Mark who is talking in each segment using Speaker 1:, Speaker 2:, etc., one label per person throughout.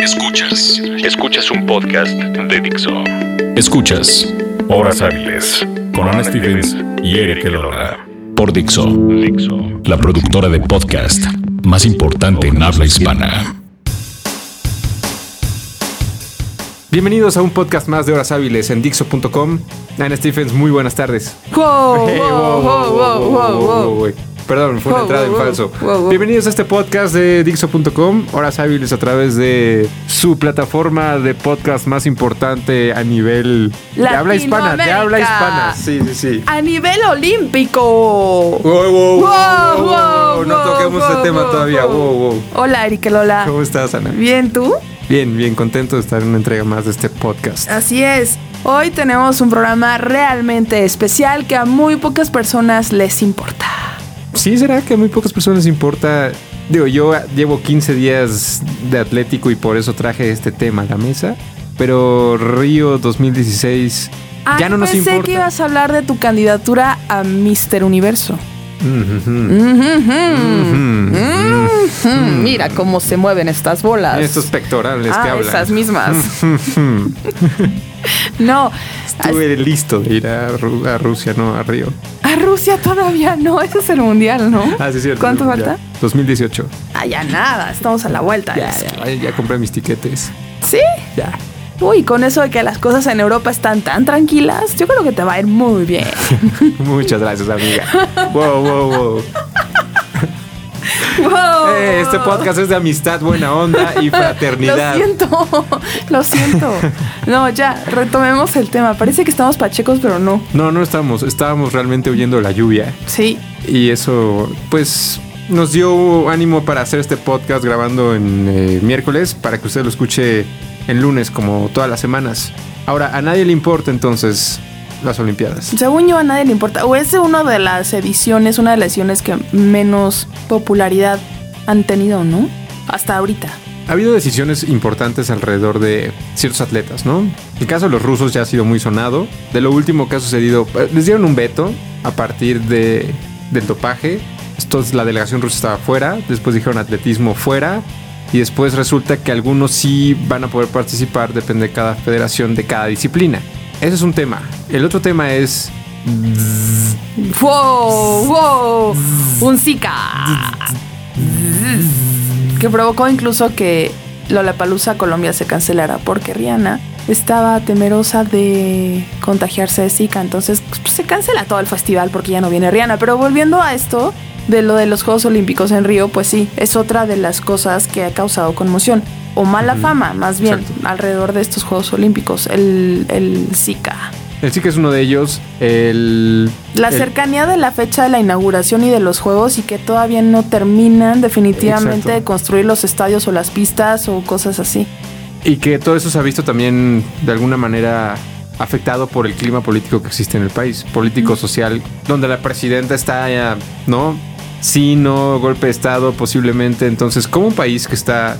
Speaker 1: Escuchas, escuchas un podcast de Dixo. Escuchas Horas Hábiles con Ana Stevens y Eric Elora por Dixo, la productora de podcast más importante en habla hispana.
Speaker 2: Bienvenidos a un podcast más de Horas Hábiles en Dixo.com. Ana Stephens, muy buenas tardes.
Speaker 3: Wow,
Speaker 2: Hey,
Speaker 3: wow,
Speaker 2: wow,
Speaker 3: wow, wow, wow, wow.
Speaker 2: wow, wow. Perdón, fue una
Speaker 3: Wow,
Speaker 2: entrada
Speaker 3: wow,
Speaker 2: en
Speaker 3: wow.
Speaker 2: falso.
Speaker 3: Wow, wow.
Speaker 2: Bienvenidos a este podcast de Dixo.com, horas hábiles a través de su plataforma de podcast más importante a nivel de habla hispana, de habla hispana. Sí,
Speaker 3: Latinoamérica.
Speaker 2: sí, sí.
Speaker 3: A nivel olímpico.
Speaker 2: Wow, wow, wow,
Speaker 3: Wow,
Speaker 2: wow, wow,
Speaker 3: wow,
Speaker 2: no
Speaker 3: wow,
Speaker 2: toquemos
Speaker 3: wow,
Speaker 2: este tema
Speaker 3: wow,
Speaker 2: todavía.
Speaker 3: wow.
Speaker 2: Wow, wow.
Speaker 3: Hola, Erika Lola.
Speaker 2: ¿Cómo estás, Ana?
Speaker 3: ¿Bien tú?
Speaker 2: Bien, bien contento de estar en una entrega más de este podcast.
Speaker 3: Así es. Hoy tenemos un programa realmente especial que a muy pocas personas les importa.
Speaker 2: Sí, será que a muy pocas personas les importa. Digo, yo llevo 15 días de Atlético y por eso traje este tema a la mesa. Pero Río 2016
Speaker 3: Ah,
Speaker 2: ya no nos
Speaker 3: pensé
Speaker 2: importa.
Speaker 3: que ibas a hablar de tu candidatura a Mister Universo.
Speaker 2: Ujú.
Speaker 3: Ujú. Ujú. Mira cómo se mueven estas bolas.
Speaker 2: Estos pectorales
Speaker 3: Ah,
Speaker 2: que hablan.
Speaker 3: esas mismas. no.
Speaker 2: Estuve listo de ir a, Ru- a Rusia, no a Río.
Speaker 3: A Rusia todavía no, ese es el mundial, ¿no?
Speaker 2: Ah, sí, es cierto.
Speaker 3: ¿Cuánto
Speaker 2: Ya.
Speaker 3: falta?
Speaker 2: 2018.
Speaker 3: Ah, ya nada, estamos a la vuelta. de
Speaker 2: Ya,
Speaker 3: eso.
Speaker 2: ya, ya compré mis tiquetes.
Speaker 3: ¿Sí?
Speaker 2: Ya.
Speaker 3: Uy, con eso de que las cosas en Europa están tan tranquilas, yo creo que te va a ir muy bien.
Speaker 2: Muchas gracias, amiga. wow, wow, wow.
Speaker 3: Wow.
Speaker 2: Eh, este podcast es de amistad, buena onda y fraternidad.
Speaker 3: Oh. Lo siento, lo siento. No, ya, retomemos el tema. Parece que estamos pachecos, pero no.
Speaker 2: No, no estamos. Estábamos realmente huyendo de la lluvia.
Speaker 3: Sí,
Speaker 2: Y eso, pues, nos dio ánimo para hacer este podcast grabando en eh, miércoles para que usted lo escuche en lunes, como todas las semanas. Ahora, a nadie le importa entonces las Olimpiadas.
Speaker 3: según yo a nadie le importa. O es de una de las ediciones, una de las ediciones que menos popularidad han tenido, ¿no? Hasta ahorita.
Speaker 2: Ha habido decisiones importantes alrededor de ciertos atletas, ¿no? El caso de los rusos ya ha sido muy sonado. De lo último que ha sucedido, eh, les dieron un veto a partir de, del dopaje. Entonces la delegación rusa estaba fuera, después dijeron atletismo fuera y después resulta que algunos sí van a poder participar, depende de cada federación, de cada disciplina. Ese es un tema. El otro tema es
Speaker 3: ¡Wow! ¡Wow! ¡Un Zika! Que provocó incluso que Lollapalooza Colombia se cancelara porque Rihanna estaba temerosa de contagiarse de Zika. Entonces pues, se cancela todo el festival porque ya no viene Rihanna. Pero volviendo a esto de lo de los Juegos Olímpicos en Río, pues sí, es otra de las cosas que ha causado conmoción. O mala
Speaker 2: Ujú.
Speaker 3: fama, más bien,
Speaker 2: Exacto.
Speaker 3: alrededor de estos Juegos Olímpicos, el, el Zika.
Speaker 2: el sí que es uno de ellos, el
Speaker 3: La
Speaker 2: el-
Speaker 3: cercanía de la fecha de la inauguración y de los juegos y que todavía no terminan definitivamente
Speaker 2: Exacto.
Speaker 3: de construir los estadios o las pistas o cosas así.
Speaker 2: Y que todo eso se ha visto también de alguna manera afectado por el clima político que existe en el país, político, social, donde la presidenta está, eh, ¿no? Sí, no, golpe de Estado posiblemente. Entonces, como un país que está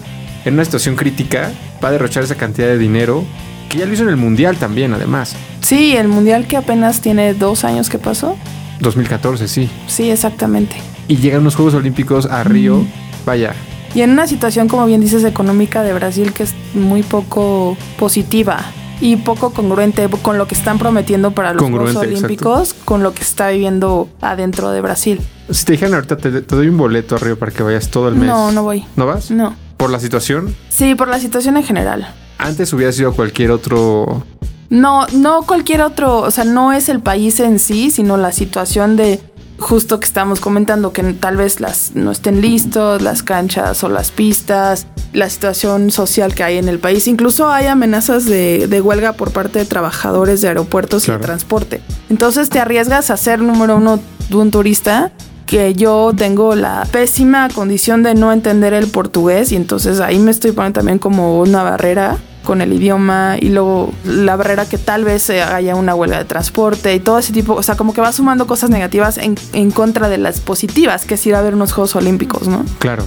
Speaker 2: en una situación crítica va a derrochar esa cantidad de dinero? Que ya lo hizo en el Mundial también, además.
Speaker 3: Sí, el mundial que apenas tiene dos años que pasó.
Speaker 2: 2014, sí.
Speaker 3: Sí, exactamente.
Speaker 2: Y llegan unos Juegos Olímpicos a Río. Vaya,
Speaker 3: Y en una situación, como bien dices, económica de Brasil que es muy poco positiva y poco congruente con lo que están prometiendo para los Juegos
Speaker 2: Congruente, exacto.
Speaker 3: Olímpicos, con lo que está viviendo adentro de Brasil.
Speaker 2: si te dijeran ahorita, te, te doy un boleto a Río para que vayas todo el mes.
Speaker 3: No, no voy.
Speaker 2: ¿No vas?
Speaker 3: No.
Speaker 2: Por la situación,
Speaker 3: Sí, por la situación en general.
Speaker 2: antes hubiera sido cualquier otro
Speaker 3: No, no cualquier otro, o sea, no es el país en sí, sino la situación de justo que estamos comentando, que tal vez las no estén listos, las canchas o las pistas, la situación social que hay en el país. Incluso hay amenazas de, de huelga por parte de trabajadores de aeropuertos y
Speaker 2: Claro.
Speaker 3: de transporte. Entonces te arriesgas a ser número uno de un turista que yo tengo la pésima condición de no entender el portugués y entonces ahí me estoy poniendo también como una barrera con el idioma y luego la barrera que tal vez eh, haya una huelga de transporte y todo ese tipo, o sea, como que va sumando cosas negativas en, en contra de las positivas, que es ir a ver unos Juegos Olímpicos, ¿no?
Speaker 2: Claro.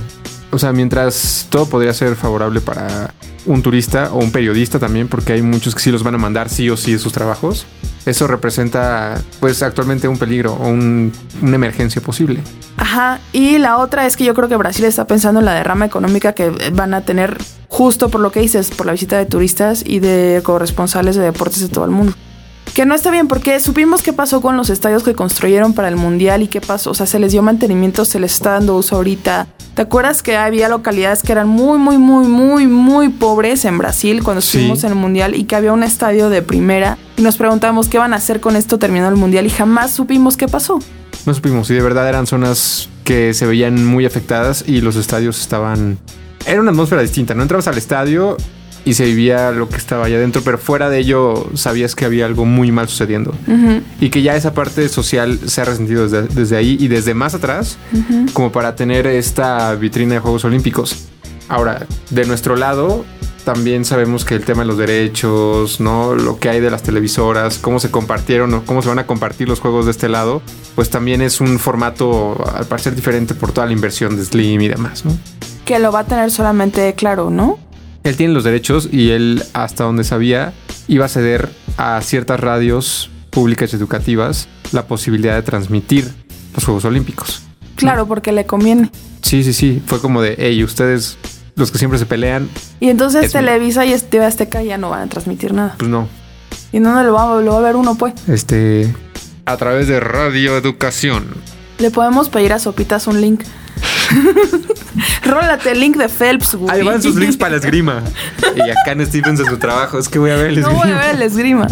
Speaker 2: O sea, mientras todo podría ser favorable para un turista o un periodista también, porque hay muchos que sí los van a mandar sí o sí de sus trabajos, eso representa pues actualmente un peligro o un- una emergencia posible.
Speaker 3: Ajá, y la otra es que yo creo que Brasil está pensando en la derrama económica que van a tener justo por lo que dices, por la visita de turistas y de corresponsales de deportes de todo el mundo. Que no está bien porque supimos qué pasó con los estadios que construyeron para el Mundial y qué pasó, o sea, se les dio mantenimiento, se les está dando uso ahorita. ¿Te acuerdas que había localidades que eran muy, muy, muy, muy, muy pobres en Brasil cuando
Speaker 2: Sí.
Speaker 3: estuvimos en el Mundial y que había un estadio de primera y nos preguntamos qué van a hacer con esto terminó el Mundial y jamás supimos qué pasó?
Speaker 2: No supimos, y de verdad eran zonas que se veían muy afectadas y los estadios estaban... Era una atmósfera distinta, no entrabas al estadio y se vivía lo que estaba allá adentro, pero fuera de ello sabías que había algo muy mal sucediendo.
Speaker 3: Ujú.
Speaker 2: Y que ya esa parte social se ha resentido desde, desde ahí y desde más atrás, como para tener esta vitrina de Juegos Olímpicos. Ahora, de nuestro lado, también sabemos que el tema de los derechos, ¿no? Lo que hay de las televisoras, cómo se compartieron o cómo se van a compartir los juegos de este lado, pues también es un formato al parecer diferente por toda la inversión de Slim y demás, ¿no?
Speaker 3: que lo va a tener solamente claro, ¿no?
Speaker 2: Él tiene los derechos y él, hasta donde sabía, iba a ceder a ciertas radios públicas y educativas la posibilidad de transmitir los Juegos Olímpicos. Mm.
Speaker 3: Claro, porque le conviene.
Speaker 2: Sí, sí, sí. Fue como de, hey, ustedes, los que siempre se pelean,
Speaker 3: Y entonces
Speaker 2: Es
Speaker 3: Televisa y TV Azteca ya no van a transmitir nada.
Speaker 2: pues no.
Speaker 3: Y no lo va, lo va a ver uno, pues.
Speaker 2: Este. A través de Radio Educación.
Speaker 3: Le podemos pedir a Sopitas un link. Rólate el link de Phelps, güey.
Speaker 2: Ahí van sus links para la esgrima. y acá en Stevens de su trabajo. Es que voy a ver el
Speaker 3: No voy a ver el esgrima.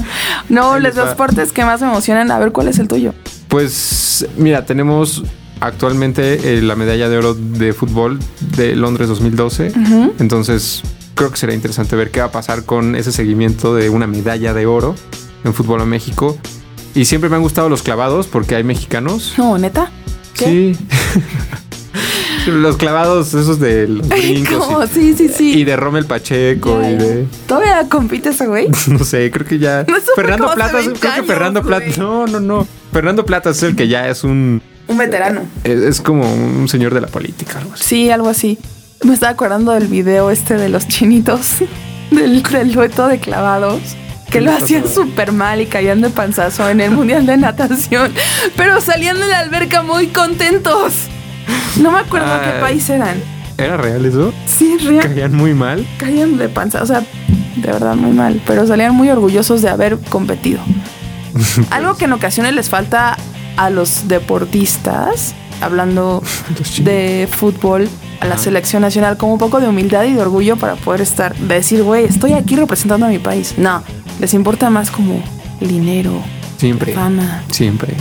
Speaker 3: No,
Speaker 2: Ahí
Speaker 3: los
Speaker 2: les va.
Speaker 3: deportes que más me emocionan. A ver, ¿cuál es el tuyo?
Speaker 2: Pues mira, tenemos actualmente eh, la medalla de oro de fútbol de Londres 2012.
Speaker 3: Ujú.
Speaker 2: Entonces creo que será interesante ver qué va a pasar con ese seguimiento de una medalla de oro en fútbol a México. Y siempre me han gustado los clavados porque hay mexicanos.
Speaker 3: No, neta. ¿Qué?
Speaker 2: Sí. los clavados, esos de los
Speaker 3: Como,
Speaker 2: brincos.
Speaker 3: sí, sí,
Speaker 2: Y,
Speaker 3: sí.
Speaker 2: y de Rommel Pacheco
Speaker 3: Ya,
Speaker 2: y
Speaker 3: ya.
Speaker 2: de...
Speaker 3: Todavía compite ese güey.
Speaker 2: No sé, creo que ya.
Speaker 3: No supe
Speaker 2: Fernando
Speaker 3: cómo hace
Speaker 2: Plata, creo
Speaker 3: 20
Speaker 2: que
Speaker 3: años,
Speaker 2: Fernando Plata.
Speaker 3: güey.
Speaker 2: No, no, no. Fernando Plata es el que ya es un.
Speaker 3: Un veterano.
Speaker 2: Es, es como un señor de la política, algo así.
Speaker 3: Sí, algo así. Me estaba acordando del video este de los chinitos, del, del dueto de clavados, que lo hacían súper mal y caían de panzazo en el Mundial de Natación, pero salían de la alberca muy contentos. No me acuerdo qué
Speaker 2: Ay.
Speaker 3: país eran.
Speaker 2: ¿Era real eso?
Speaker 3: Sí, real,
Speaker 2: Caían muy mal.
Speaker 3: caían de panzazo, o sea, de verdad muy mal, pero salían muy orgullosos de haber competido. Algo que en ocasiones les falta a los deportistas, hablando
Speaker 2: Los chinos.
Speaker 3: de fútbol a la
Speaker 2: Ajá.
Speaker 3: selección nacional como un poco de humildad y de orgullo para poder estar, de decir, güey, estoy aquí representando a mi país. No, les importa más como el dinero,
Speaker 2: Siempre.
Speaker 3: fama.
Speaker 2: Siempre.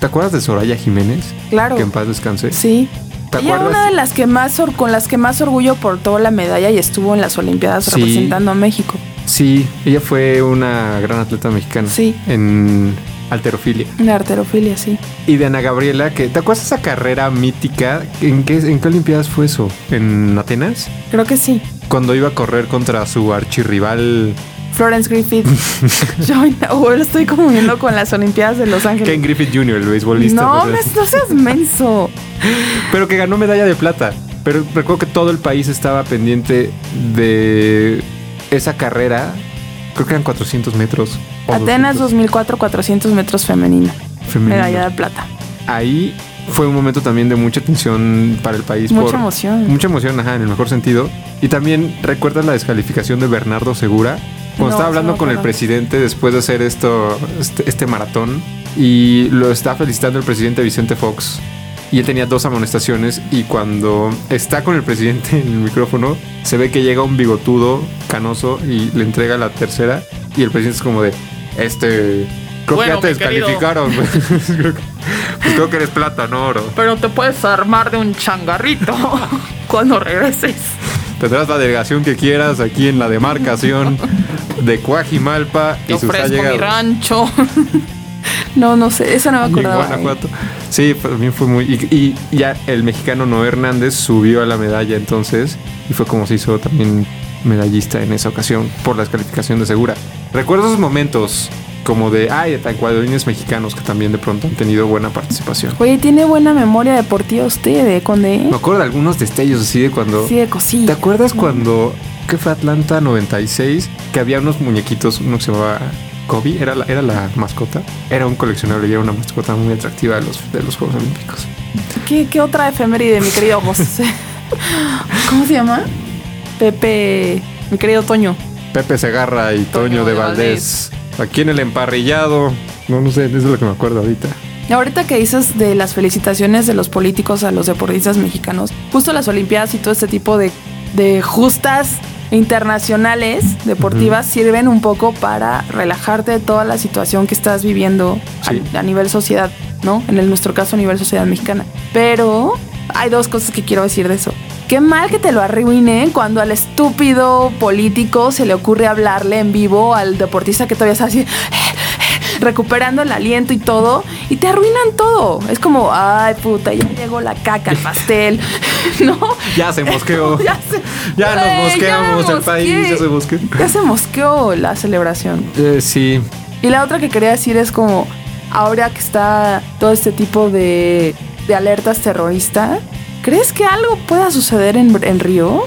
Speaker 2: ¿Te acuerdas de Soraya Jiménez?
Speaker 3: Claro.
Speaker 2: Que en paz descanse.
Speaker 3: Sí.
Speaker 2: ¿Te
Speaker 3: Ella
Speaker 2: acuerdas?
Speaker 3: una de las que más or- con las que más orgullo portó la medalla y estuvo en las Olimpiadas
Speaker 2: Sí.
Speaker 3: representando a México.
Speaker 2: Sí, ella fue una gran atleta mexicana.
Speaker 3: Sí.
Speaker 2: En alterofilia.
Speaker 3: Una arterofilia, sí.
Speaker 2: Y de Ana Gabriela, que ¿te acuerdas de esa carrera mítica? ¿En qué, ¿En qué Olimpiadas fue eso? ¿En Atenas?
Speaker 3: Creo que sí.
Speaker 2: Cuando iba a correr contra su archirrival
Speaker 3: Florence Griffith. Yo ahorita- güey, lo estoy confundiendo con las Olimpiadas de Los Ángeles.
Speaker 2: Ken Griffith Jr., el beisbolista.
Speaker 3: no,
Speaker 2: pues,
Speaker 3: no seas menso.
Speaker 2: Pero que ganó medalla de plata. Pero recuerdo que todo el país estaba pendiente de esa carrera. Creo que eran 400 metros. o
Speaker 3: Atenas
Speaker 2: 200
Speaker 3: 2004, 400 metros femenina.
Speaker 2: femenino.
Speaker 3: Medalla de plata.
Speaker 2: Ahí fue un momento también de mucha tensión para el país.
Speaker 3: Mucha
Speaker 2: por-
Speaker 3: emoción.
Speaker 2: Mucha emoción, ajá, en el mejor sentido. Y también recuerdas la descalificación de Bernardo Segura. Cuando
Speaker 3: No,
Speaker 2: estaba
Speaker 3: eso
Speaker 2: hablando
Speaker 3: no
Speaker 2: con el
Speaker 3: recuerdo.
Speaker 2: presidente después de hacer esto, este, este maratón. Y lo está felicitando el presidente Vicente Fox. Y él tenía dos amonestaciones. Y cuando está con el presidente en el micrófono, se ve que llega un bigotudo canoso y le entrega la tercera. Y el presidente es como de: Este. Creo
Speaker 4: Bueno,
Speaker 2: que ya te
Speaker 4: mi querido.
Speaker 2: descalificaron. creo, que, pues creo que eres plata, no oro.
Speaker 4: Pero te puedes armar de un changarrito cuando regreses.
Speaker 2: Tendrás la delegación que quieras aquí en la demarcación de Coajimalpa
Speaker 4: Te
Speaker 2: y sus
Speaker 4: ofrezco mi
Speaker 2: allegados.
Speaker 4: rancho.
Speaker 3: No, no sé, eso no me
Speaker 2: En
Speaker 3: acordaba.
Speaker 2: Guanajuato. Sí, pues, también fue muy. Y, y ya el mexicano Noé Hernández subió a la medalla entonces y fue como se hizo también medallista en esa ocasión por la descalificación de Segura. Recuerdo esos momentos como de, ay, de taekwondoines mexicanos que también de pronto han tenido buena participación.
Speaker 3: Oye, tiene buena memoria deportiva usted, eh, Conde.
Speaker 2: Me acuerdo de algunos destellos así de cuando.
Speaker 3: Sí, de cosilla.
Speaker 2: ¿Te acuerdas cuando que fue Atlanta 96, que había unos muñequitos, uno que se llamaba Kobe, era la, era la mascota, era un coleccionable y era una mascota muy atractiva de los, de los Juegos Olímpicos.
Speaker 3: ¿Qué, qué otra efeméride, mi querido José? ¿Cómo se llama? Pepe, mi querido Toño.
Speaker 2: Pepe Segarra y Toño, de
Speaker 4: de
Speaker 2: Valdés. Aquí en el emparrillado. No, no sé, eso es lo que me acuerdo ahorita.
Speaker 3: Ahorita que dices de las felicitaciones de los políticos a los deportistas mexicanos, justo las Olimpiadas y todo este tipo de, de justas internacionales deportivas sirven un poco para relajarte de toda la situación que estás viviendo a-
Speaker 2: Sí.
Speaker 3: a, nivel sociedad, ¿no? En el- nuestro caso, a nivel sociedad mexicana. Pero hay dos cosas que quiero decir de eso. Qué mal que te lo arruinen cuando al estúpido político se le ocurre hablarle en vivo al deportista que todavía está así, recuperando el aliento y todo, y te arruinan todo. Es como, ay, puta, ya llegó la caca, el pastel, ¿no?
Speaker 2: Ya se mosqueó.
Speaker 3: Ya, se-
Speaker 2: Ya nos
Speaker 3: Güey, ya
Speaker 2: mosqueamos el
Speaker 3: mosqueé.
Speaker 2: país, ya se mosqueó.
Speaker 3: Ya se mosqueó la celebración.
Speaker 2: Eh, sí,
Speaker 3: Y la otra que quería decir es como ahora que está todo este tipo de, de alertas terroristas, ¿crees que algo pueda suceder en, en Río?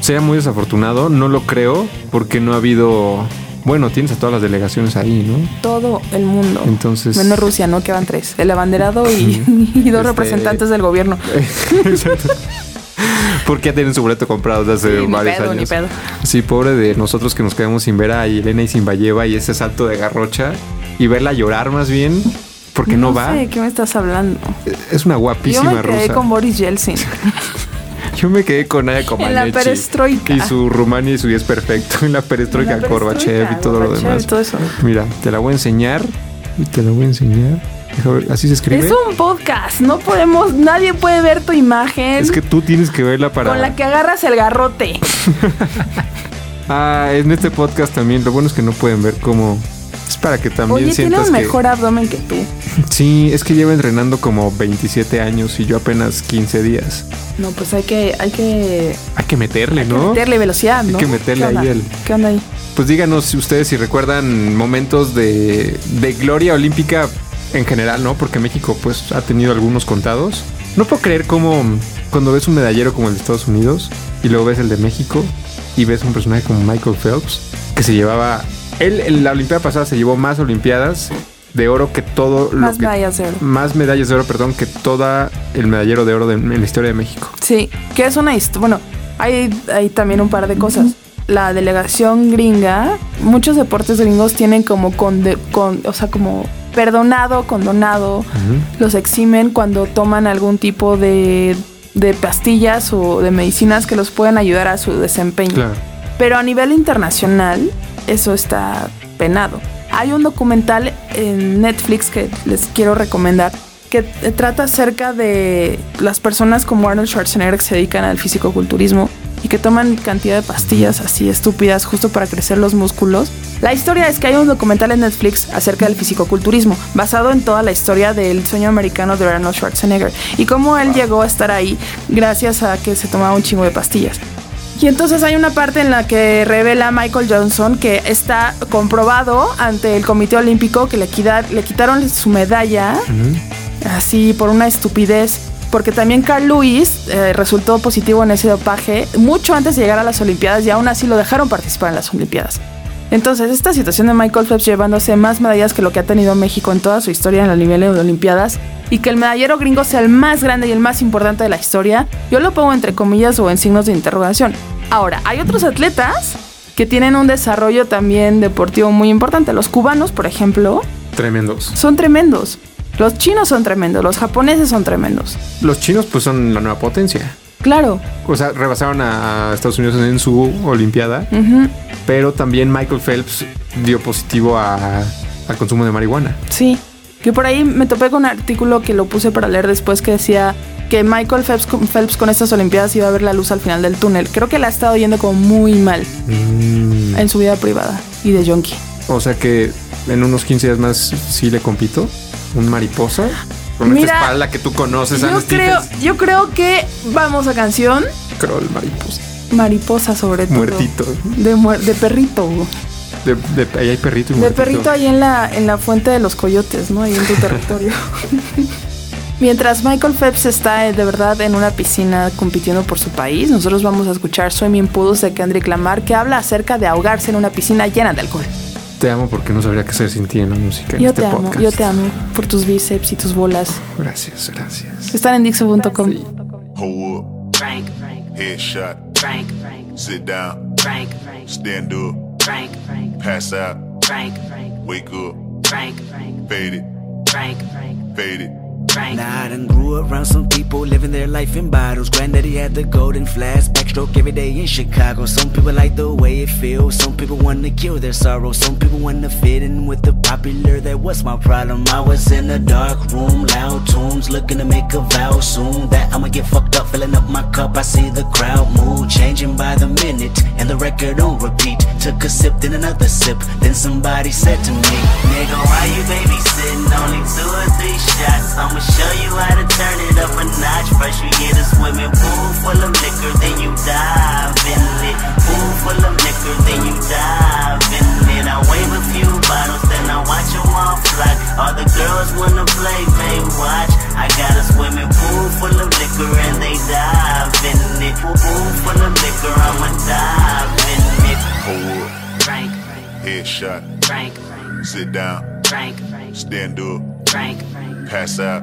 Speaker 2: sea muy desafortunado, no lo creo, porque no ha habido. Bueno, tienes a todas las delegaciones ahí, ¿no?
Speaker 3: Todo el mundo.
Speaker 2: Entonces.
Speaker 3: Menos Rusia, ¿no? Que van tres. El abanderado y, y
Speaker 2: Este-
Speaker 3: dos representantes del gobierno.
Speaker 2: Exacto. Porque ya tienen su boleto comprado desde hace
Speaker 3: Sí, ni
Speaker 2: varios
Speaker 3: pedo,
Speaker 2: años.
Speaker 3: ni pedo.
Speaker 2: Sí, pobre de nosotros que nos quedamos sin ver a Elena y sin Valleva y ese salto de garrocha y verla llorar más bien porque no, va.
Speaker 3: sé de qué me estás hablando.
Speaker 2: Es una
Speaker 3: Yo
Speaker 2: guapísima
Speaker 3: me quedé
Speaker 2: rusa.
Speaker 3: con Boris Yeltsin.
Speaker 2: Yo me quedé con Naya
Speaker 3: En la
Speaker 2: Comaneci
Speaker 3: perestroika.
Speaker 2: y su Rumania y su 10 perfecto en la perestroika,
Speaker 3: En la
Speaker 2: Gorbachev y
Speaker 3: perestroika,
Speaker 2: todo lo
Speaker 3: Gorbachev
Speaker 2: demás.
Speaker 3: y todo eso.
Speaker 2: Mira, te la voy a enseñar. Te la voy a enseñar. Deja ver, así se escribe.
Speaker 3: Es un podcast. No podemos, nadie puede ver tu imagen
Speaker 2: Es que tú tienes que verla para
Speaker 3: con la que agarras el garrote.
Speaker 2: Ah, en este podcast también. Lo bueno es que no pueden ver cómo. Es para que también
Speaker 3: Oye, tiene
Speaker 2: sientas
Speaker 3: un
Speaker 2: que.
Speaker 3: mejor abdomen que tú.
Speaker 2: Sí, es que llevo entrenando como 27 años y yo apenas 15 días.
Speaker 3: No, pues hay que, hay que
Speaker 2: Hay que meterle, ¿no?
Speaker 3: meterle velocidad,
Speaker 2: Hay
Speaker 3: ¿no?
Speaker 2: que meterle
Speaker 3: ¿Qué
Speaker 2: ahí
Speaker 3: onda?
Speaker 2: el-
Speaker 3: ¿Qué onda ahí?
Speaker 2: Pues díganos si ustedes si recuerdan momentos de, de gloria olímpica en general, ¿no? Porque México pues ha tenido algunos contados. No puedo creer cómo cuando ves un medallero como el de Estados Unidos y luego ves el de México y ves un personaje como Michael Phelps que se llevaba... Él en la Olimpiada pasada se llevó más Olimpiadas de oro que todo lo
Speaker 3: Más
Speaker 2: que...
Speaker 3: medallas de oro.
Speaker 2: Más medallas de oro, perdón, que toda el medallero de oro de- en la historia de México.
Speaker 3: Sí, que es una historia. Bueno, hay, hay también un par de cosas. La delegación gringa, muchos deportes gringos tienen como conde- con, o sea, como perdonado, condonado, los eximen cuando toman algún tipo de, de pastillas o de medicinas que los pueden ayudar a su desempeño.
Speaker 2: Claro.
Speaker 3: Pero a nivel internacional, eso está penado. Hay un documental en Netflix que les quiero recomendar que t- trata acerca de las personas como Arnold Schwarzenegger que se dedican al fisicoculturismo y que toman cantidad de pastillas así estúpidas justo para crecer los músculos. La historia es que hay un documental en Netflix acerca del fisicoculturismo, basado en toda la historia del sueño americano de Arnold Schwarzenegger y cómo él llegó a estar ahí gracias a que se tomaba un chingo de pastillas. Y entonces hay una parte en la que revela Michael Johnson que está comprobado ante el Comité Olímpico que le, quita- le quitaron su medalla así por una estupidez. Porque también Carl Lewis eh, resultó positivo en ese dopaje mucho antes de llegar a las Olimpiadas y aún así lo dejaron participar en las Olimpiadas. Entonces, esta situación de Michael Phelps llevándose más medallas que lo que ha tenido México en toda su historia en la nivel de Olimpiadas y que el medallero gringo sea el más grande y el más importante de la historia, yo lo pongo entre comillas o en signos de interrogación. Ahora, hay otros atletas que tienen un desarrollo también deportivo muy importante. Los cubanos, por ejemplo,
Speaker 2: Tremendos.
Speaker 3: son tremendos. Los chinos son tremendos, los japoneses son tremendos.
Speaker 2: Los chinos pues son la nueva potencia.
Speaker 3: Claro.
Speaker 2: O sea, rebasaron a a Estados Unidos en su Olimpiada,
Speaker 3: ujú,
Speaker 2: pero también Michael Phelps dio positivo a- al consumo de marihuana.
Speaker 3: Sí. Que por ahí me topé con un artículo que lo puse para leer después que decía que Michael Phelps con, Phelps con estas Olimpiadas iba a ver la luz al final del túnel. Creo que la ha estado yendo como muy mal en su vida privada y de yonki.
Speaker 2: O sea que en unos 15 días más sí le compito. Un mariposa. Con
Speaker 3: Mira,
Speaker 2: esta espalda que tú conoces, Ana
Speaker 3: Yo creo,
Speaker 2: Stephens.
Speaker 3: yo creo que vamos a canción
Speaker 2: Crawl, mariposa.
Speaker 3: Mariposa sobre todo.
Speaker 2: Muertito.
Speaker 3: De, muer- de perrito.
Speaker 2: De, de- ahí hay perrito y
Speaker 3: De
Speaker 2: muertito.
Speaker 3: perrito ahí en la, en la fuente de los coyotes, ¿no? Ahí en tu territorio. Mientras Michael Phelps está eh, de verdad en una piscina compitiendo por su país, nosotros vamos a escuchar Swimming Pools de Kendrick Lamar que habla acerca de ahogarse en una piscina llena de alcohol.
Speaker 2: Te amo porque no sabría qué hacer sin ti en la música. en
Speaker 3: Yo
Speaker 2: este
Speaker 3: te amo,
Speaker 2: podcast.
Speaker 3: yo te amo por tus bíceps y tus bolas.
Speaker 2: Gracias, gracias.
Speaker 3: Están en Dixo.com.
Speaker 5: Hold up. Frank, Frank. Headshot. Frank, Frank. Sit down. Frank, Frank. Stand up. Frank, Frank. Pass out. Frank, Frank. Wake up. Frank, Frank. Fade it. Frank, Frank. Fade it. Frank.
Speaker 6: Nah, I done grew around some people living their life in bottles. Granddaddy had the golden flask, backstroke every day in Chicago. Some people like the way it feels. Some people wanna kill their sorrow. Some people wanna fit in with the popular. That was my problem. I was in a dark room, loud tunes, looking to make a vow soon that I'ma get fucked up, filling up my cup. I see the crowd mood changing by the minute, and the record on repeat. Took a sip, then another sip. Then somebody said to me, Nigga, why you babysitting? Only two or three shots. I'ma show you how to turn it up a notch. First you get a swimming pool full of liquor, then you dive in it. Pool full of liquor, then you dive in it. I wave a few bottles, then I watch 'em all fly. All the girls wanna play, they watch. I got a swimming pool full of liquor and they dive in it. Pool, pool full of liquor, I'ma dive in it.
Speaker 5: Hold up.
Speaker 6: Frank,
Speaker 5: Headshot.
Speaker 6: Frank,
Speaker 5: Sit down.
Speaker 6: Frank, Frank,
Speaker 5: Stand up.
Speaker 6: Frank, Frank.
Speaker 5: Pass out.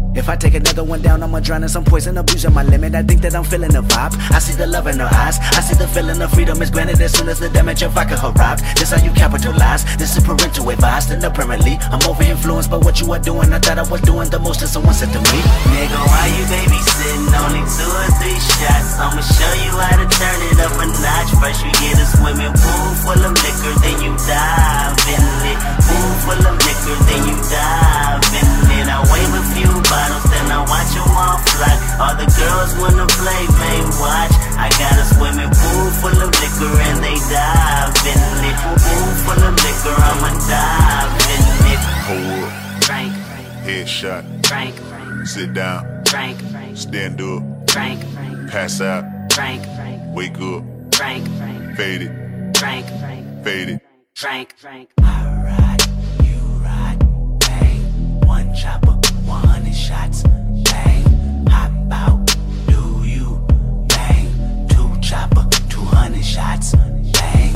Speaker 6: If I take another one down, I'ma drown in some poison, abusing my limit. I think that I'm feeling the vibe. I see the love in her eyes. I see the feeling of freedom is granted as soon as the damage of vodka arrived. This how you capitalize. This is parental advice. In the Premier League, I'm over influenced by what you are doing. I thought I was doing the most, and someone said to me, Nigga, why you babysitting? Only two or three shots. I'ma show you how to turn it up a notch. First you get a swimming pool full of liquor, then you dive in it. Pool full of liquor, then you dive in it. I wave a few bottles, then I watch 'em all fly. All the girls wanna play, may watch. I got a swimming pool full of liquor and they dive in it. Pool full of liquor, I'ma dive in it.
Speaker 5: Hold up.
Speaker 6: Frank,
Speaker 5: Headshot.
Speaker 6: Frank,
Speaker 5: Sit down.
Speaker 6: Frank, Frank,
Speaker 5: Stand up.
Speaker 6: Frank, Frank.
Speaker 5: Pass out.
Speaker 6: Frank, Frank,
Speaker 5: Wake up.
Speaker 6: Frank, Frank,
Speaker 5: Fade it.
Speaker 6: Frank, Frank,
Speaker 5: Fade it.
Speaker 6: Frank, Frank. Alright, you right, bang. One chopper, one hundred shots, bang. Hop out, do you, bang. Two chopper, two hundred shots, bang.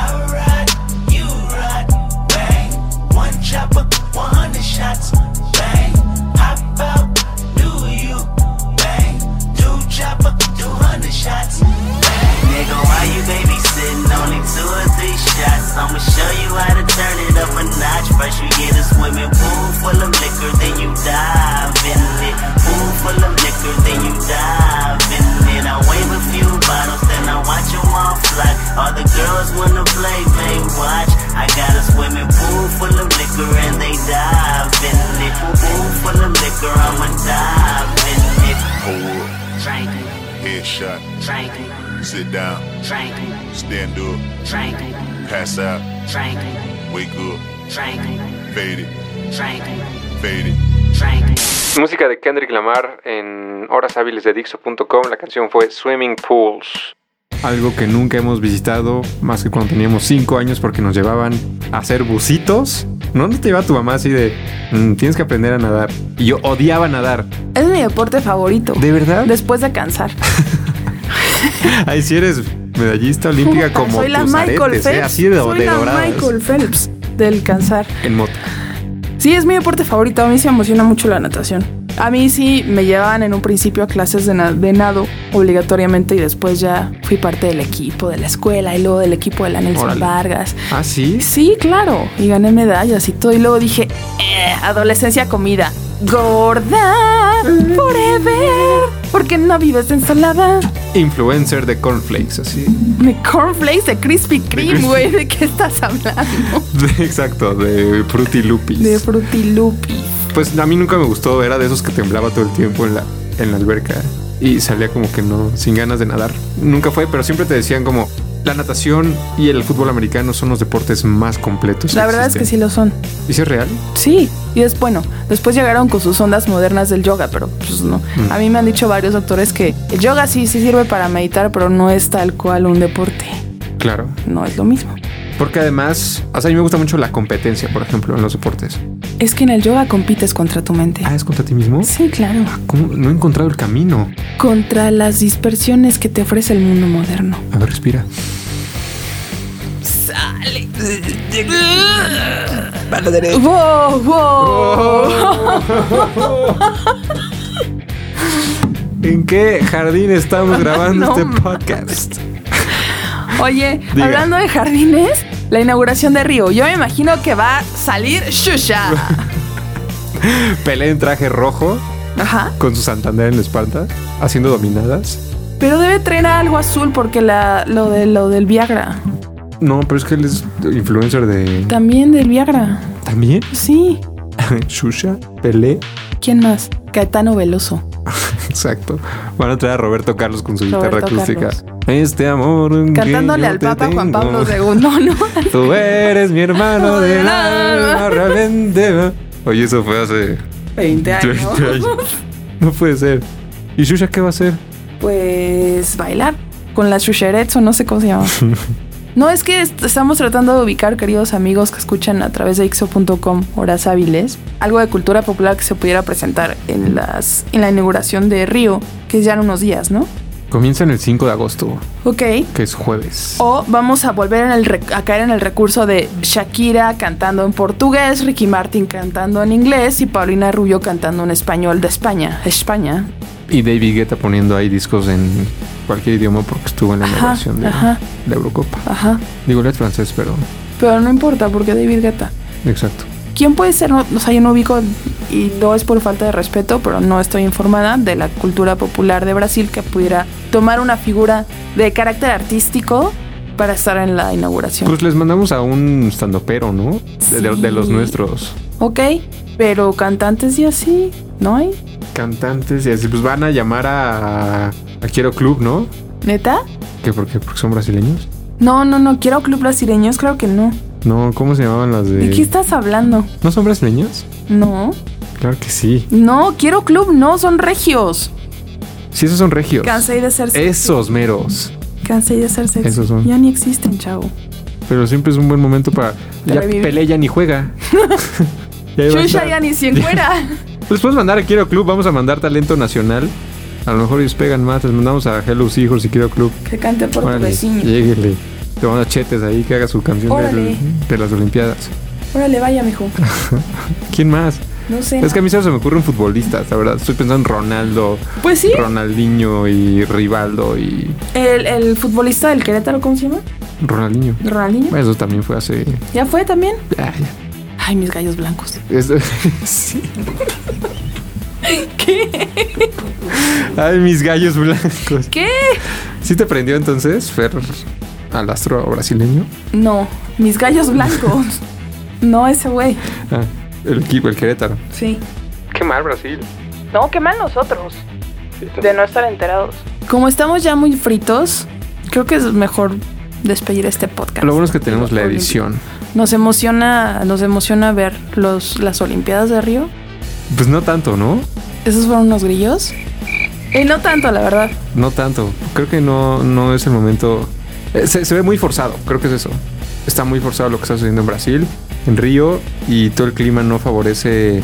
Speaker 6: Alright, you right, bang. One chopper, one hundred shots, bang. Hop out, do you, bang. Two chopper, two hundred shots, bang. Nigga, why you babysitting? Only two or three shots. I'ma show you how to turn it up a notch. First you get a swimming pool full of liquor, then you dive in it. Pool full of liquor, then you dive in it. I wave a few bottles, then I watch 'em all fly. All the girls wanna play, they watch. I got a swimming pool full of liquor and they dive in it. Pool full of liquor, I'ma dive in it.
Speaker 5: Hold up.
Speaker 6: Drink,
Speaker 5: Headshot.
Speaker 6: drink,
Speaker 5: Sit down.
Speaker 6: drink,
Speaker 5: Stand up.
Speaker 6: drink,
Speaker 5: Pass out.
Speaker 6: drink.
Speaker 5: Wake up.
Speaker 6: Frank,
Speaker 5: Fade it.
Speaker 6: Frank,
Speaker 5: Fade it.
Speaker 6: Frank.
Speaker 2: Música de Kendrick Lamar en horas hábiles de Dixo.com. La canción fue Swimming Pools. Algo que nunca hemos visitado más que cuando teníamos 5 años porque nos llevaban a hacer bucitos. ¿No te lleva tu mamá así de "Mm, tienes que aprender a nadar? Y yo odiaba nadar.
Speaker 3: Es mi deporte favorito.
Speaker 2: ¿De verdad?
Speaker 3: Después de cansar.
Speaker 2: Ahí si eres medallista olímpica
Speaker 3: Puta,
Speaker 2: como
Speaker 3: soy la
Speaker 2: tus
Speaker 3: Michael
Speaker 2: aretes,
Speaker 3: Phelps.
Speaker 2: ¿eh? así de,
Speaker 3: soy
Speaker 2: de
Speaker 3: la
Speaker 2: doradas.
Speaker 3: Michael Phelps del cansar.
Speaker 2: En moto.
Speaker 3: Sí, es mi deporte favorito. A mí sí me emociona mucho la natación. A mí sí me llevaban en un principio a clases de, na- de nado obligatoriamente y después ya fui parte del equipo de la escuela y luego del equipo de la Nelson
Speaker 2: Órale.
Speaker 3: Vargas.
Speaker 2: Ah, sí.
Speaker 3: Sí, claro. Y gané medallas y todo. Y luego dije, "Eh, adolescencia, comida. Gorda, forever. Porque no vives ensalada.
Speaker 2: Influencer de cornflakes, así.
Speaker 3: Mi cornflakes de Krispy Kreme,
Speaker 2: Krispy-
Speaker 3: güey. ¿De qué estás hablando?
Speaker 2: Exacto, de Fruity Loopies.
Speaker 3: De Fruity Loopies.
Speaker 2: Pues a mí nunca me gustó, era de esos que temblaba todo el tiempo en la, en la alberca y salía como que no, sin ganas de nadar. Nunca fue, pero siempre te decían como, la natación y el fútbol americano son los deportes más completos.
Speaker 3: La verdad es que sí lo son.
Speaker 2: es que sí. ¿Y si es real?
Speaker 3: Sí, y es bueno. Después llegaron con sus ondas modernas del yoga, pero pues no.
Speaker 2: Mm.
Speaker 3: A mí me han dicho varios doctores que el yoga sí, sí sirve para meditar, pero no es tal cual un deporte.
Speaker 2: Claro.
Speaker 3: No es lo mismo.
Speaker 2: Porque además, o sea, a mí me gusta mucho la competencia, por ejemplo, en los deportes.
Speaker 3: Es que en el yoga compites contra tu mente.
Speaker 2: Ah, ¿es contra ti mismo?
Speaker 3: Eh. Sí, claro.
Speaker 2: ¿Cómo? No he encontrado el camino.
Speaker 3: Contra las dispersiones que te ofrece el mundo moderno.
Speaker 2: A ver, respira.
Speaker 3: ¡Wow, wow!
Speaker 2: ¿En qué jardín estamos grabando
Speaker 3: No
Speaker 2: este
Speaker 3: mames.
Speaker 2: podcast?
Speaker 3: Oye,
Speaker 2: Diga.
Speaker 3: hablando de jardines, la inauguración de Río. Yo me imagino que va a salir Shusha.
Speaker 2: Pelé en traje rojo
Speaker 3: Ajá.
Speaker 2: con su Santander en la espalda, haciendo dominadas.
Speaker 3: Pero debe traer algo azul porque la, lo, de, lo del Viagra.
Speaker 2: No, pero es que él es influencer de...
Speaker 3: También del Viagra.
Speaker 2: ¿También?
Speaker 3: Sí.
Speaker 2: Shusha, Pelé.
Speaker 3: ¿Quién más? Caetano Veloso.
Speaker 2: Exacto. Van a traer a Roberto Carlos con su guitarra
Speaker 3: Roberto
Speaker 2: acústica.
Speaker 3: Carlos.
Speaker 2: Este amor. que
Speaker 3: Cantándole
Speaker 2: yo
Speaker 3: al
Speaker 2: te
Speaker 3: Papa Juan
Speaker 2: tengo.
Speaker 3: Pablo II, ¿no?
Speaker 2: Tú eres mi hermano del
Speaker 3: Del alma.
Speaker 2: alma, realmente. Oye, eso fue hace
Speaker 3: 20 años.
Speaker 2: 20 años. No puede ser. ¿Y Shusha qué va a hacer?
Speaker 3: Pues bailar con las chucherets o no sé cómo se llama. No, es que est- estamos tratando de ubicar, queridos amigos que escuchan a través de ixo.com horas hábiles, algo de cultura popular que se pudiera presentar en, las, en la inauguración de Río, que es ya en unos días, ¿no?
Speaker 2: Comienza en el 5 de agosto,
Speaker 3: Ok.
Speaker 2: que es jueves.
Speaker 3: O vamos a volver en el rec- a caer en el recurso de Shakira cantando en portugués, Ricky Martin cantando en inglés y Paulina Rubio cantando en español de España. España.
Speaker 2: Y David Guetta poniendo ahí discos en cualquier idioma porque estuvo en la
Speaker 3: Ajá,
Speaker 2: inauguración de
Speaker 3: ajá. Ah.
Speaker 2: la Eurocopa.
Speaker 3: Ajá.
Speaker 2: Digo, él es francés, pero
Speaker 3: Pero no importa porque David Guetta.
Speaker 2: exacto.
Speaker 3: ¿Quién puede ser? No, o sea, yo no ubico y no es por falta de respeto, pero no estoy informada de la cultura popular de Brasil que pudiera tomar una figura de carácter artístico para estar en la inauguración.
Speaker 2: Pues les mandamos a un standopero, ¿no? De, de- de los
Speaker 3: Sí.
Speaker 2: nuestros.
Speaker 3: ok, pero cantantes y así, ¿no hay?
Speaker 2: Cantantes y así, pues van a llamar a, a Quiero Club, ¿no?
Speaker 3: ¿Neta?
Speaker 2: ¿Qué, por qué? ¿Porque son brasileños?
Speaker 3: No, no, no, quiero club brasileños, creo que no.
Speaker 2: No, ¿cómo se llamaban las de...?
Speaker 3: ¿De qué estás hablando?
Speaker 2: ¿No son brasileños?
Speaker 3: No,
Speaker 2: Claro que sí.
Speaker 3: no, quiero club, no, son regios.
Speaker 2: Sí, esos son regios.
Speaker 3: Cansé de ser sexy.
Speaker 2: Esos meros.
Speaker 3: Cansé de ser sexy.
Speaker 2: Esos son.
Speaker 3: Ya ni existen, chavo.
Speaker 2: Pero siempre es un buen momento para... Ya
Speaker 3: revivir.
Speaker 2: Pelé ya ni juega. Ya iba a
Speaker 3: Chucha
Speaker 2: estar.
Speaker 3: ya ni cien fuera.
Speaker 2: Les puedes mandar a Quiero Club, vamos a mandar talento nacional. A lo mejor ellos pegan más, les mandamos a Hello Seahorse y Quiero Club.
Speaker 3: que cante por tu
Speaker 2: Órale,
Speaker 3: vecino.
Speaker 2: lléguele. Te mando a Chetes ahí que haga su canción del-
Speaker 3: Órale.
Speaker 2: de las Olimpiadas.
Speaker 3: Órale, vaya, mijo.
Speaker 2: ¿Quién más?
Speaker 3: No sé.
Speaker 2: Es que a mí solo se me ocurren futbolistas, la verdad. Estoy pensando en Ronaldo,
Speaker 3: Pues sí,
Speaker 2: Ronaldinho y Rivaldo y
Speaker 3: el, el futbolista del Querétaro, ¿cómo se llama?
Speaker 2: Ronaldinho.
Speaker 3: Ronaldinho.
Speaker 2: Bueno, Eso también fue hace.
Speaker 3: ¿Ya fue también?
Speaker 2: Ah,
Speaker 3: Ay, mis gallos blancos.
Speaker 2: ya. Es- sí.
Speaker 3: ¿Qué?
Speaker 2: Ay, mis gallos blancos.
Speaker 3: ¿Qué?
Speaker 2: ¿Sí te prendió entonces, Fer, al astro brasileño?
Speaker 3: No, mis gallos blancos. No, ese güey.
Speaker 2: Ah, el equipo, el Querétaro.
Speaker 3: Sí.
Speaker 2: Qué mal, Brasil.
Speaker 3: No, qué mal nosotros. De no estar enterados. Como estamos ya muy fritos, creo que es mejor despedir este podcast.
Speaker 2: Lo bueno es que tenemos la edición.
Speaker 3: Nos emociona, nos emociona ver los, las Olimpiadas de Río.
Speaker 2: Pues no tanto, ¿no?
Speaker 3: Esos fueron unos grillos. Y no tanto, la verdad.
Speaker 2: No tanto. Creo que no, no es el momento. Eh, Se, se ve muy forzado, creo que es eso. Está muy forzado lo que está sucediendo en Brasil, en Río, y todo el clima no favorece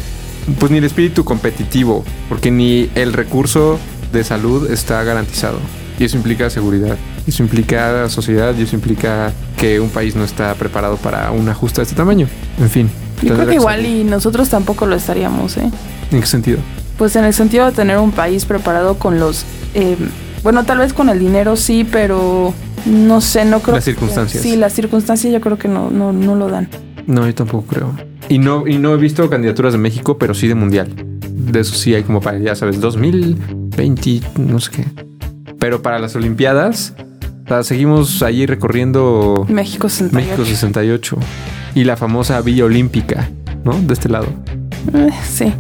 Speaker 2: pues ni el espíritu competitivo, porque ni el recurso de salud está garantizado. Y eso implica seguridad, y eso implica sociedad, y eso implica que un país no está preparado para una justa de este tamaño. En fin.
Speaker 3: Yo
Speaker 2: tendrá
Speaker 3: creo que igual
Speaker 2: salir.
Speaker 3: y nosotros tampoco lo estaríamos, ¿eh?
Speaker 2: ¿En qué sentido?
Speaker 3: Pues en el sentido de tener un país preparado con los... eh, bueno, tal vez con el dinero sí, pero no sé, no creo...
Speaker 2: Las
Speaker 3: que-
Speaker 2: circunstancias.
Speaker 3: Sí, las circunstancias yo creo que no, no, no lo dan.
Speaker 2: No, yo tampoco creo. Y no, y no he visto candidaturas de México, pero sí de mundial. De eso sí hay como para, ya sabes, 2020, no sé qué. Pero para las Olimpiadas, o sea, seguimos allí recorriendo
Speaker 3: México 68.
Speaker 2: México 68 y la famosa Villa Olímpica, ¿no? De este lado.
Speaker 3: Eh, sí,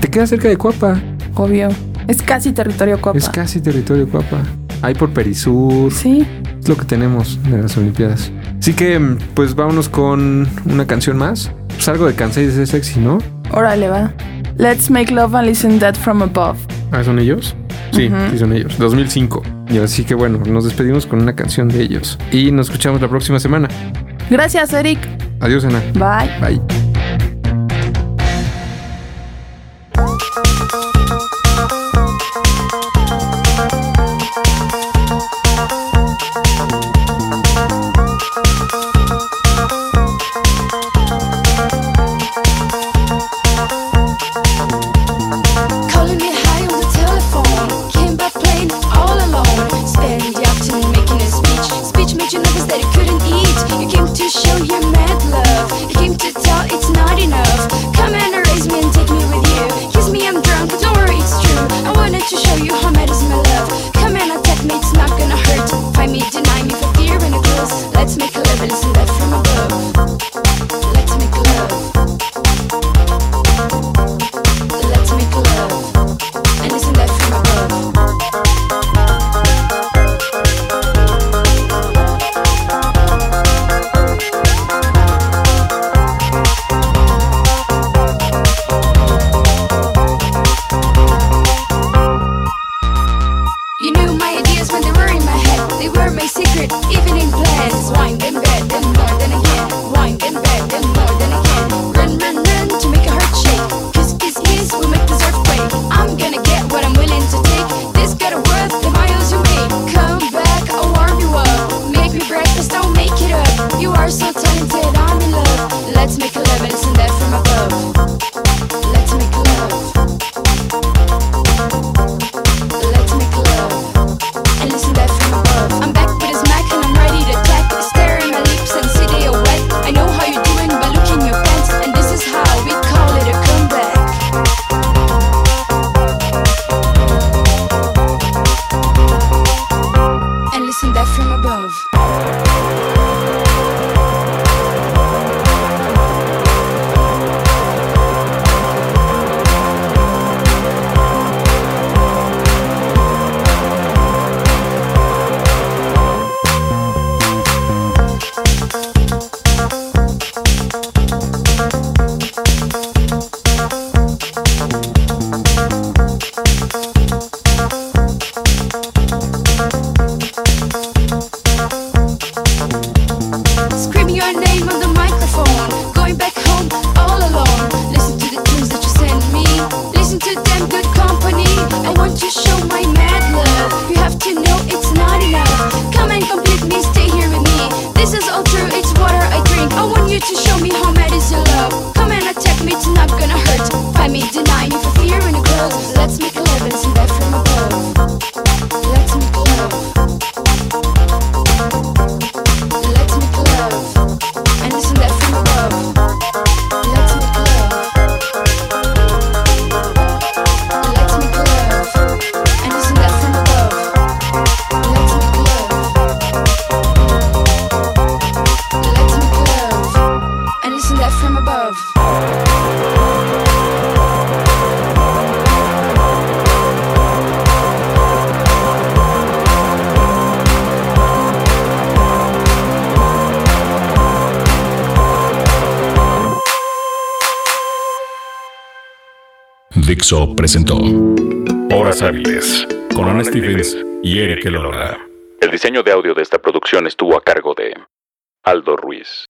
Speaker 2: Te queda cerca de Cuapa.
Speaker 3: obvio. Es casi territorio copa.
Speaker 2: Es casi territorio Cuapa. Hay por Perisur.
Speaker 3: Sí,
Speaker 2: es lo que tenemos de las Olimpiadas. Así que, mm, pues vámonos con una canción más. Pues algo de Kansai es sexy, ¿no?
Speaker 3: Órale, va. Let's make love and listen that from above.
Speaker 2: Ah, ¿son ellos? Sí,
Speaker 3: Ujú.
Speaker 2: sí, son ellos. 2005. Y así que bueno, nos despedimos con una canción de ellos. Y nos escuchamos la próxima semana.
Speaker 3: Gracias, Eric.
Speaker 2: Adiós, Ana.
Speaker 3: Bye.
Speaker 2: Bye.
Speaker 7: Calling me high on the telephone. Came by plane all alone. Spending the afternoon making a speech. Speech made you nervous that you couldn't eat. You came to show your mad love. You came to tell it's not enough. Come and erase me and take me with you. Kiss me, I'm drunk, but don't worry, it's true. I wanted to show you how mad is my love. Come and attack me, it's not gonna hurt. Find me, deny me for fear and a close. Let's make love and listen that from above. Let's make love. Let's make love and listen that from above. You knew my ideas when they were in my head. They were my secret, even in plans. Wine and bed, then more than again. Wine and bed, then more than again. Run, run, run to make a heart shake. Kiss, kiss, kiss, we make this earthquake. I'm gonna get what I'm willing to take. This got a worth the miles you made. Come back, I'll warm you up. Make me breakfast, don't make it up. You are so talented, I'm in love. Let's make love and listen that from above. Let's make love. Let's make love and listen that from above. I'm back with a smack and I'm ready to attack. Stare at my lips and see they are wet. I know how you're doing by looking your pants, and this is how we call it a comeback. And listen that from above. Screaming your name on the microphone. Going back home all alone. Listen to the tunes that you send me. Listen to them, good company. I want to show my mad love. You have to know it's not enough. Come and complete me, stay here with me. This is all true, it's water I drink. I want you to show me how mad is your love. Come and attack me, it's not gonna hurt. Find me, deny me for fear and a glow. Let's make love and see that from above. Let's make love. Let's make love and listen that from above. Let's make love. Let's make love and listen that from above. Let's make love. Let's make love and listen that from above.
Speaker 1: Dixo presentó Horas Hábiles con Ana Stevens y Eric Elora.
Speaker 8: El diseño de audio de esta producción estuvo a cargo de Aldo Ruiz.